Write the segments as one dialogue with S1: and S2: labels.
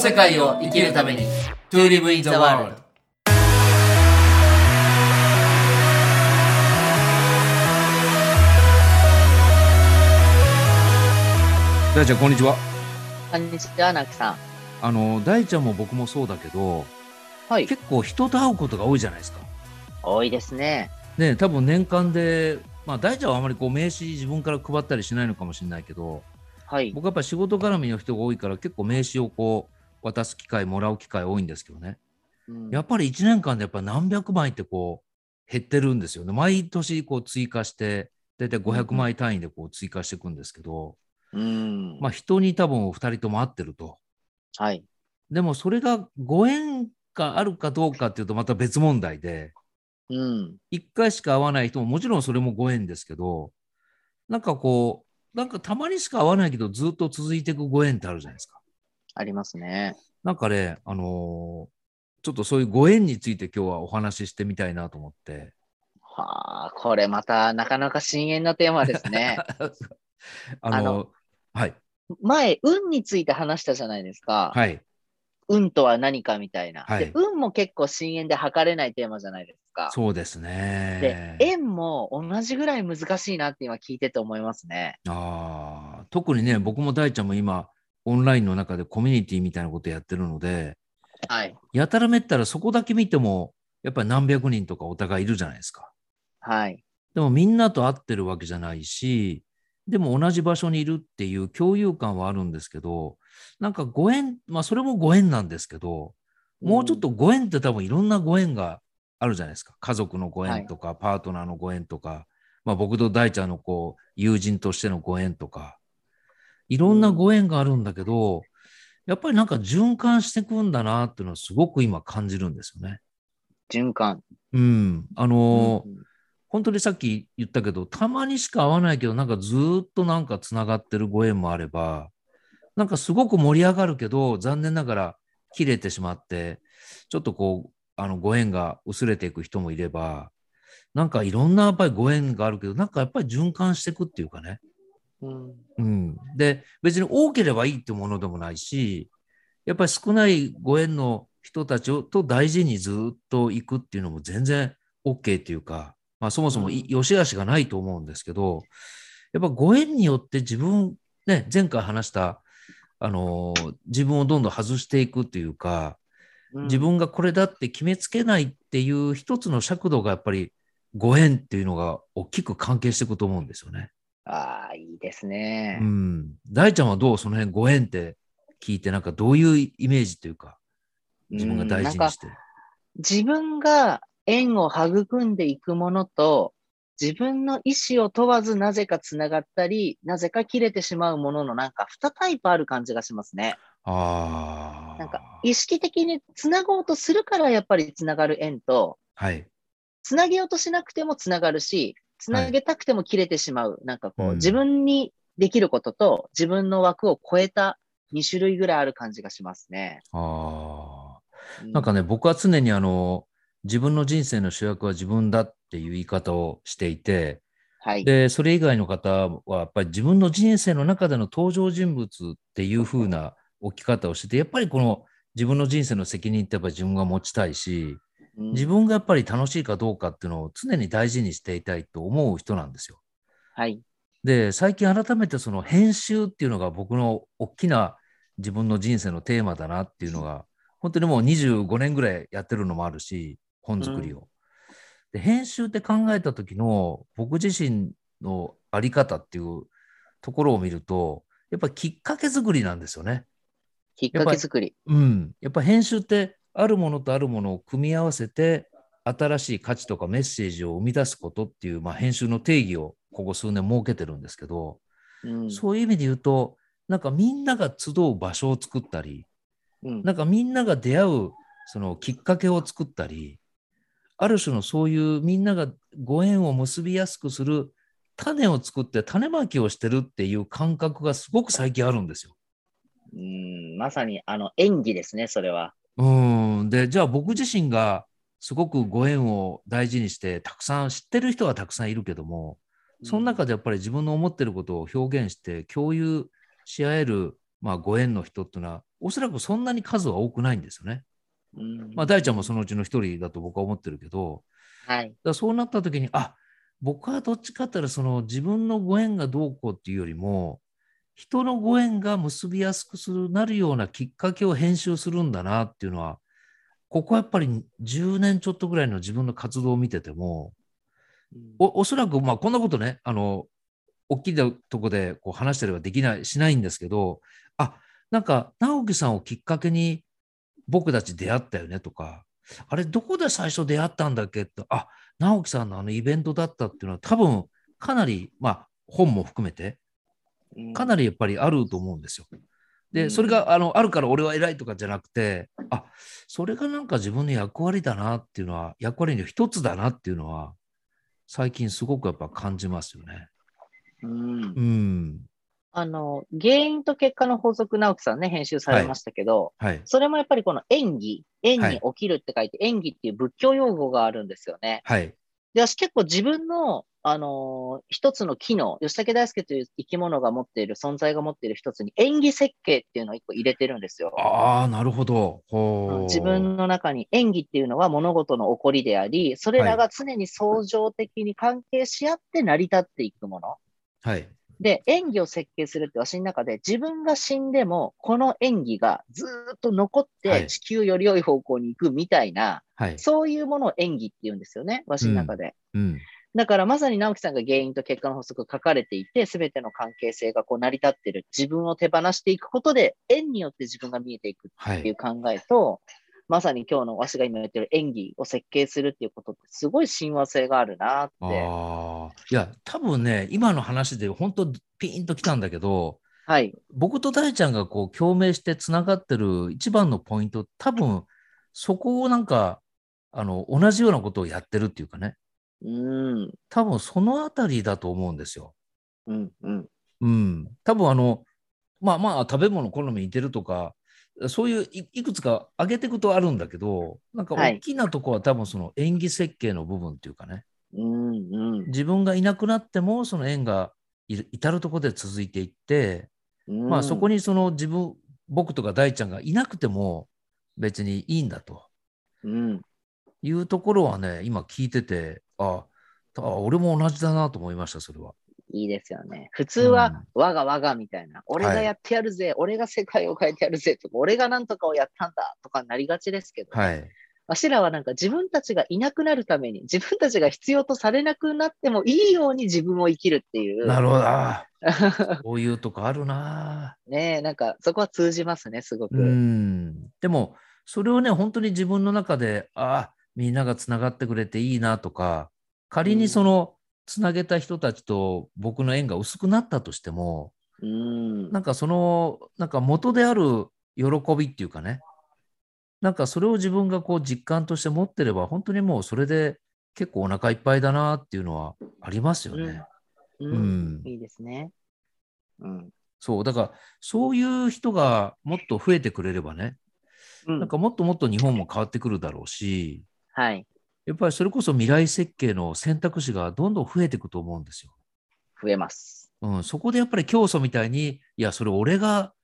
S1: 世界を生きるために To live in the world
S2: 大ちゃんこんにちは
S3: こんにちは、なきさん。
S2: あの大ちゃんも僕もそうだけど
S3: はい。
S2: 結構人と会うことが多いじゃないですか
S3: 多いですね。
S2: ね多分年間でまあ大ちゃんはあまりこう名刺自分から配ったりしないのかもしれないけど
S3: はい。
S2: 僕はやっぱ仕事絡みの人が多いから結構名刺をこう渡す機会もらう機会多いんですけどね
S3: うん
S2: やっぱり1年間でやっぱ何百枚ってこう減ってるんですよね毎年こう追加して大体500枚単位でこう追加していくんですけど、
S3: うん。
S2: まあ人に多分2人とも会ってると
S3: はい。
S2: でもそれがご縁があるかどうかっていうとまた別問題で、
S3: うん。
S2: 一回しか会わない人ももちろんそれもご縁ですけど、なんかこう、なんかたまにしか会わないけどずっと続いていくご縁ってあるじゃないですか。
S3: ありますね。
S2: なんかね、あのーちょっとそういうご縁について今日はお話ししてみたいなと思 って。
S3: はあ、これまたなかなか深淵なテーマです ね。
S2: あのー
S3: あの
S2: はい、
S3: 前、運について話したじゃないですか。
S2: はい、
S3: 運とは何かみたいな、
S2: はい
S3: で。運も結構深淵で測れないテーマじゃないですか。
S2: そうです
S3: で
S2: ね、。
S3: 縁も同じぐらい難しいなって今聞いてて思いますね。
S2: あー特にね、僕も大ちゃんも今、オンラインの中でコミュニティみたいなことやってるので、
S3: はい。
S2: やたらめったらそこだけ見ても、やっぱり何百人とかお互いいるじゃないですか。
S3: はい。
S2: でもみんなと会ってるわけじゃないし、でも同じ場所にいるっていう共有感はあるんですけど、なんかご縁、まあそれもご縁なんですけど、もうちょっとご縁って多分いろんなご縁があるじゃないですか。家族のご縁とか、パートナーのご縁とか、まあ僕と大ちゃんのこう、友人としてのご縁とか、いろんなご縁があるんだけど、やっぱりなんか循環してくんだなっていうのはすごく今感じるんですよね。
S3: 循環。
S2: うん。あのー
S3: うん
S2: 本当にさっき言ったけど、たまにしか会わないけど、なんかずーっとなんかつながってるご縁もあれば、なんかすごく盛り上がるけど、残念ながら切れてしまって、ちょっとこう、あのご縁が薄れていく人もいれば、なんかいろんなやっぱりご縁があるけど、なんかやっぱり循環していくっていうかね。
S3: うん
S2: うん、で別に多ければいいってものでもないしやっぱり少ないご縁の人たちをと大事にずっと行くっていうのも全然 OK っていうか、まあ、そもそもい
S3: うん
S2: 良し悪しがないと思うんですけどやっぱご縁によって自分、ね、前回話した、あのー自分をどんどん外していくっていうか
S3: うん
S2: 自分がこれだって決めつけないっていう一つの尺度がやっぱりご縁っていうのが大きく関係していくと思うんですよね。
S3: ああ、いいですね。
S2: うん。大ちゃんはどうその辺ご縁って聞いて、なんかどういうイメージというか、自分が大
S3: うんな
S2: 事に
S3: んか
S2: してる。
S3: 自分が縁を育んでいくものと、自分の意思を問わずなぜかつながったり、なぜか切れてしまうもののなんか2タイプある感じがしますね。
S2: ああ。
S3: なんか意識的につなごうとするからやっぱりつながる縁と、
S2: はい。
S3: つなげようとしなくてもつながるし、つなげたくても切れてしまう。なんかこう、
S2: うん
S3: 自分にできることと自分の枠を超えた2種類ぐらいある感じがしますね。
S2: ああ。
S3: う
S2: なんかね、僕は常にあの、自分の人生の主役は自分だっていう言い方をしていて、
S3: はい。
S2: で、それ以外の方はやっぱり自分の人生の中での登場人物っていう風な置き方をしてて、やっぱりこの自分の人生の責任ってやっぱり自分が持ちたいし、
S3: うん
S2: 自分がやっぱり楽しいかどうかっていうのを常に大事にしていたいと思う人なんですよ。
S3: はい。
S2: で、最近改めてその編集っていうのが僕の大きな自分の人生のテーマだなっていうのが、本当にもう25年ぐらいやってるのもあるし、本作りを。で、編集って考えた時の僕自身のあり方っていうところを見ると、やっぱきっかけ作りなんですよね。
S3: きっかけ作り。
S2: うん、やっぱ編集ってあるものとあるものを組み合わせて新しい価値とかメッセージを生み出すことっていう、まあ、編集の定義をここ数年設けてるんですけど、
S3: うん
S2: そういう意味で言うとなんかみんなが集う場所を作ったり
S3: うん
S2: なんかみんなが出会うそのきっかけを作ったりある種のそういうみんながご縁を結びやすくする種を作って種まきをしてるっていう感覚がすごく最近あるんですよ。
S3: うん、まさにあの演技ですね、それは。
S2: うん。で、じゃあ僕自身がすごくご縁を大事にして、たくさん知ってる人はたくさんいるけども、その中でやっぱり自分の思ってることを表現して共有し合える、まあ、ご縁の人っていうのはおそらくそんなに数は多くないんですよね。
S3: うん
S2: まあ、大ちゃんもそのうちの一人だと僕は思ってるけど、
S3: はい
S2: だか。らそうなった時に、あ僕はどっちかって言ったら、その自分のご縁がどうこうっていうよりも、人のご縁が結びやすくするなるようなきっかけを編集するんだなっていうのは、ここはやっぱり10年ちょっとぐらいの自分の活動を見てても、おおそらく、まあ、こんなことね、あの、大きいとこでこう話したりはできない、しないんですけど、あ、なんか、直樹さんをきっかけに僕たち出会ったよねとか、あれ、どこで最初出会ったんだっけと、あ、直樹さんのあのイベントだったっていうのは、多分、かなり、まあ、本も含めて、かな
S3: り、
S2: りやっぱりあると思うんですよ。
S3: う
S2: で、
S3: ん
S2: それがあのあるから俺は偉いとかじゃなくて、あそれがなんか自分の役割だなっていうのは、役割の一つだなっていうのは、最近すごくやっぱ感じますよね。
S3: うん
S2: うん。
S3: あの、原因と結果の法則、直樹さんね、編集されましたけど、
S2: はい。
S3: それもやっぱりこの演技、縁
S2: は
S3: に
S2: い
S3: 起きるって書いて、演技っていう仏教用語があるんですよね。
S2: はい。
S3: で、私結構自分の、あのー一つの機能、吉武大輔という生き物が持っている、存在が持っている一つに、演技設計っていうのを一個入れてるんですよ。
S2: ああ、なるほど。
S3: う
S2: ほ
S3: ん
S2: う
S3: 自分の中に演技っていうのは物事の起こりであり、それらが常に相乗的に関係し合って成り立っていくもの。
S2: はい。
S3: で、演技を設計するって私の中で、自分が死んでも、この演技がずーっと残っ
S2: は
S3: て
S2: い
S3: 地球より良い方向に行くみたいな、
S2: はい。
S3: そういうものを演技って言うんですよね、私の中で。
S2: うん。
S3: だからまさに直樹さんが原因と結果の法則が書かれていて、すべての関係性がこう成り立ってる、自分を手放していくことで、縁によって自分が見えていくっ
S2: は
S3: てい
S2: い。
S3: う考えと、まさに今日の私が今言ってる演技を設計するっていうことって、すごい親和性があるな
S2: あ
S3: って。
S2: あ。いや、多分ね、今の話で本当ピンときたんだけど、
S3: はい。
S2: 僕と大ちゃんがこう共鳴してつながってる一番のポイント、多分そこをなんかあの同じようなことをやってるっていうかね、
S3: うん。
S2: 多分そのあたりだと思うんですよ。
S3: うん。うん。
S2: うん。多分あの、まあまあ食べ物好み似てるとか、そういういいくつか挙げていくとあるんだけど、なんか
S3: はい
S2: 大きなとこは多分その演技設計の部分っていうかね、
S3: うん。うん。
S2: 自分がいなくなってもその縁がい至るところで続いていって、まあそこ
S3: に、
S2: にその自分、僕とか大ちゃんがいなくても別にいいんだと
S3: うん、
S2: いうところはね、今聞いてて、あ、あ俺も同じだなと思いました、それは。
S3: いいですよね。普通は、
S2: うん
S3: 我が我がみたいな、俺がやってやるぜ、俺が世界を変えてやるぜとか、俺がなんとかをやったんだとかになりがちですけど、
S2: はい。
S3: わしらはなんか自分たちがいなくなるために、自分たちが必要とされなくなってもいいように自分を生きるっていう、
S2: なるほど。あー こういうとこあるな。
S3: ねえなんかそこは通じますね、すごく。
S2: うん。でも、それをね、本当に自分の中で、あみんながつながってくれていいなとか、仮にその、つなげた人たちと僕の縁が薄くなったとしても、
S3: うん
S2: なんかその、なんか元である喜びっていうかね、なんかそれを自分がこう実感として持ってれば、本当にもうそれで結構お腹いっぱいだなっていうのはありますよ
S3: うん
S2: ね。
S3: う
S2: うんん
S3: いいですね。うん。
S2: そう、だからそういう人がもっと増えてくれればね、
S3: うん
S2: なんかもっともっと日本も変わってくるだろうし、
S3: はい。
S2: やっぱりそれこそ未来設計の選択肢がどんどん増えていくと思うんですよ。
S3: 増えます。
S2: うん、そこでやっぱり教祖みたいに、いや、それ俺が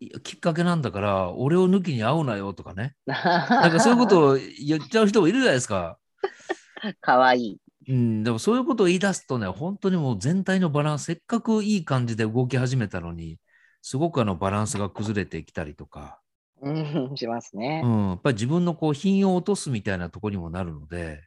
S2: いやきっかけなんだから、俺を抜きに会うなよとかね、な
S3: なん
S2: かそういうこ。 とを言っちゃう人もいるじゃないですか。
S3: かわいい。
S2: うん、でもそういうことを言い出すとね、本当にもう全体のバランス、せっかくいい感じで動き始めたのに、すごくあのバランスが崩れてきたりとか、
S3: うん、しますね
S2: う。ん、やっぱり自分のこう品を落とすみたいなところにもなるので、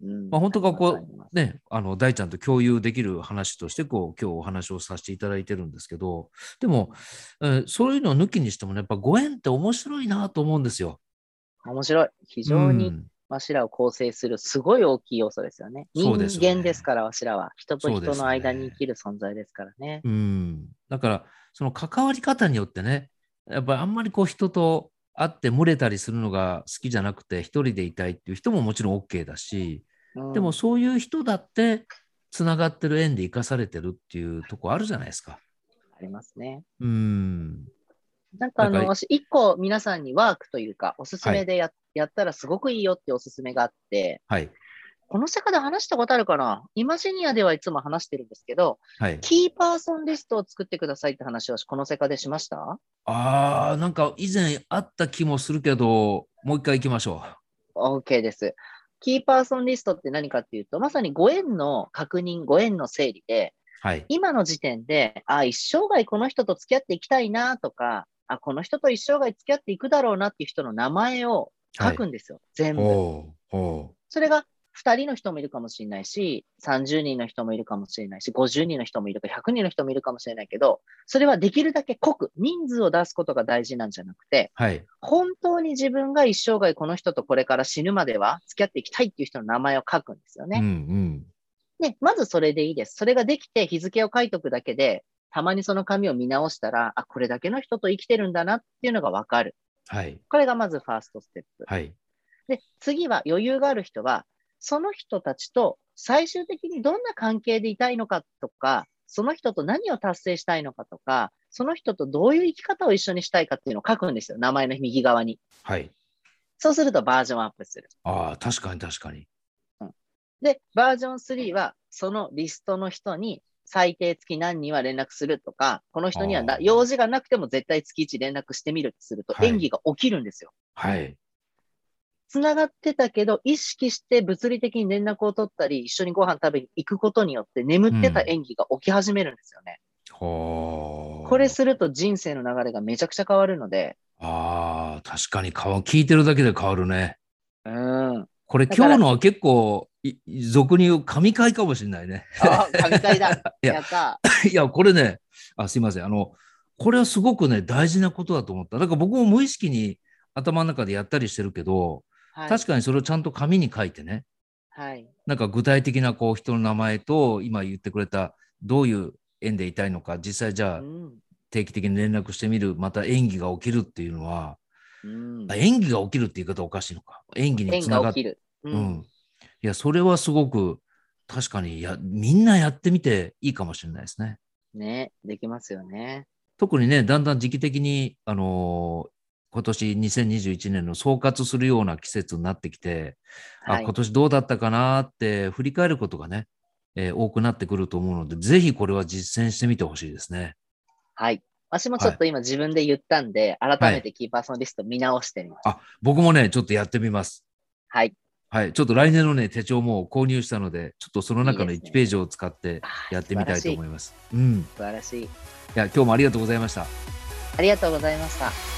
S3: うん
S2: まあ本当かこう
S3: わかります
S2: ね、あの大ちゃんと共有できる話としてこう今日お話をさせていただいてるんですけど、でも、うん、そういうのを抜きにしてもね、やっぱご縁って面白いなと思うんですよ。
S3: 面白い。非常に
S2: うん
S3: わしらを構成するすごい大きい要素ですよね。人
S2: そうですよね
S3: 間ですから、わしらは。人と人の間に生きる存在ですからね。
S2: うん、だからその関わり方によってねやっぱりあんまりこう人と会って群れたりするのが好きじゃなくて一人でいたいっていう人ももちろん OK だし
S3: うん
S2: でも、そういう人だってつながってる縁で生かされてるっていうとこあるじゃないですか。
S3: ありますね。
S2: うん、
S3: なんかあ
S2: なん
S3: の、
S2: か
S3: 私、一個皆さんにワークというか、おすすめでや,、やったらすごくいいよっておすすめがあって、
S2: はい
S3: この世界で話したことあるかなイマジニアではいつも話してるんですけど、
S2: はい。
S3: キーパーソンリストを作ってくださいって話をこの世界でしました
S2: ああ、なんか以前あった気もするけど、もう一回行きましょ
S3: ?OK です。キーパーソンリストって何かっていうと、まさにご縁の確認、ご縁の整理で、
S2: う。はい。
S3: 今の時点で、あ、一生涯この人と付き合っていきたいなとか、あ、この人と一生涯付き合っていくだろうなっていう人の名前を書くんですよ、全部。
S2: おうお
S3: それが2人の人もいるかもしれないし、30人の人もいるかもしれないし、50人の人もいるか、100人の人もいるかもしれないけど、それはできるだけ濃く、人数を出すことが大事なんじゃなくて、
S2: うはい。
S3: 本当に自分が一生涯この人とこれから死ぬまでは付き合っていきたいっていう人の名前を書くんですよ
S2: うんう
S3: ね。
S2: ん。
S3: で、まずそれでいいです。それができて日付を書いとくだけで、たまにその紙を見直したら、あ、これだけの人と生きてるんだなっていうのがわかる。
S2: はい。
S3: これがまずファーストステップ。
S2: はい。
S3: で、次は余裕がある人は、その人たちと最終的にどんな関係でいたいのかとか、その人と何を達成したいのかとか、その人とどういう生き方を一緒にしたいかっていうのを書くんですよ。名前の右側に。
S2: はい。
S3: そうするとバージョンアップする。
S2: ああ、確かに確かに。
S3: で、バージョン3は、そのリストの人に最低月何人は連絡するとか、この人にはな
S2: あー
S3: 用事がなくても絶対月1連絡してみるってすると
S2: はい
S3: 演技が起きるんですよ。
S2: はい。
S3: つながってたけど、意識して物理的に連絡を取ったり、一緒にご飯食べに行くことによって、眠ってた演技が起き始めるんですよね。
S2: ほう
S3: これすると人生の流れがめちゃくちゃ変わるので、
S2: ああ、確かに顔聞いてるだけで変わるね。
S3: うん。
S2: これ
S3: だか
S2: 今
S3: ら
S2: 日のは結構、い俗に言う神回かもしれないね。
S3: あ、神回だ。
S2: いや
S3: やった。
S2: いや、これね、あすいません。あの、これはすごくね、大事なことだと思った。だから僕も無意識に頭の中でやったりしてるけど、
S3: はい。
S2: 確かにそれをちゃんと紙に書いてね、
S3: はい。
S2: なんか具体的なこう人の名前と、今言ってくれた、どういう縁でいたいのか、実際じゃ
S3: う
S2: あ
S3: ん。
S2: 定期的に連絡してみる、また演技が起きるっていうのは、
S3: うん
S2: あ演技が起きるって言い方おかしいのか。演技に
S3: 縁
S2: つな
S3: が
S2: が
S3: 起き
S2: っ
S3: る。う
S2: う。ん。いや、それはすごく、確かに、いや、みんなやってみていいかもしれないですね。
S3: ね、できますよね。
S2: 特にね、だんだん時期的に、あのー今年2021年の総括するような季節になってきて、
S3: は
S2: あ
S3: い
S2: 今。年どうだったかなって振り返ることがね、えー多くなってくると思うので、ぜひこれは実践してみてほしいですね。
S3: はい。私もちょっと今自分で言ったんで、改めてキーパーソンリスト見直してみます。
S2: あ、僕もね、ちょっとやってみます。
S3: はい。
S2: はい、ちょっと来年のね、手帳も購入したので、ちょっとその中の
S3: いいです
S2: 1
S3: ね
S2: ページを使って
S3: あ
S2: やってみたいと思
S3: 素
S2: います。うん。い
S3: 晴らしい。素晴らしい。
S2: や、今日もありがとうございました。
S3: ありがとうございました。